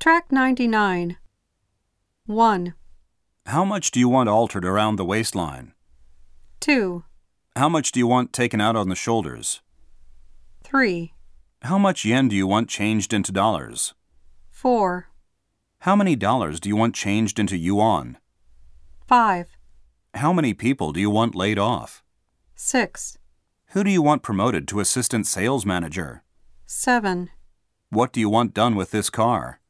Track 99. 1, How much do you want altered around the waistline? 2, How much do you want taken out on the shoulders? 3, How much yen do you want changed into dollars? 4, How many dollars do you want changed into yuan? 5, How many people do you want laid off? 6, Who do you want promoted to assistant sales manager? 7. What do you want done with this car?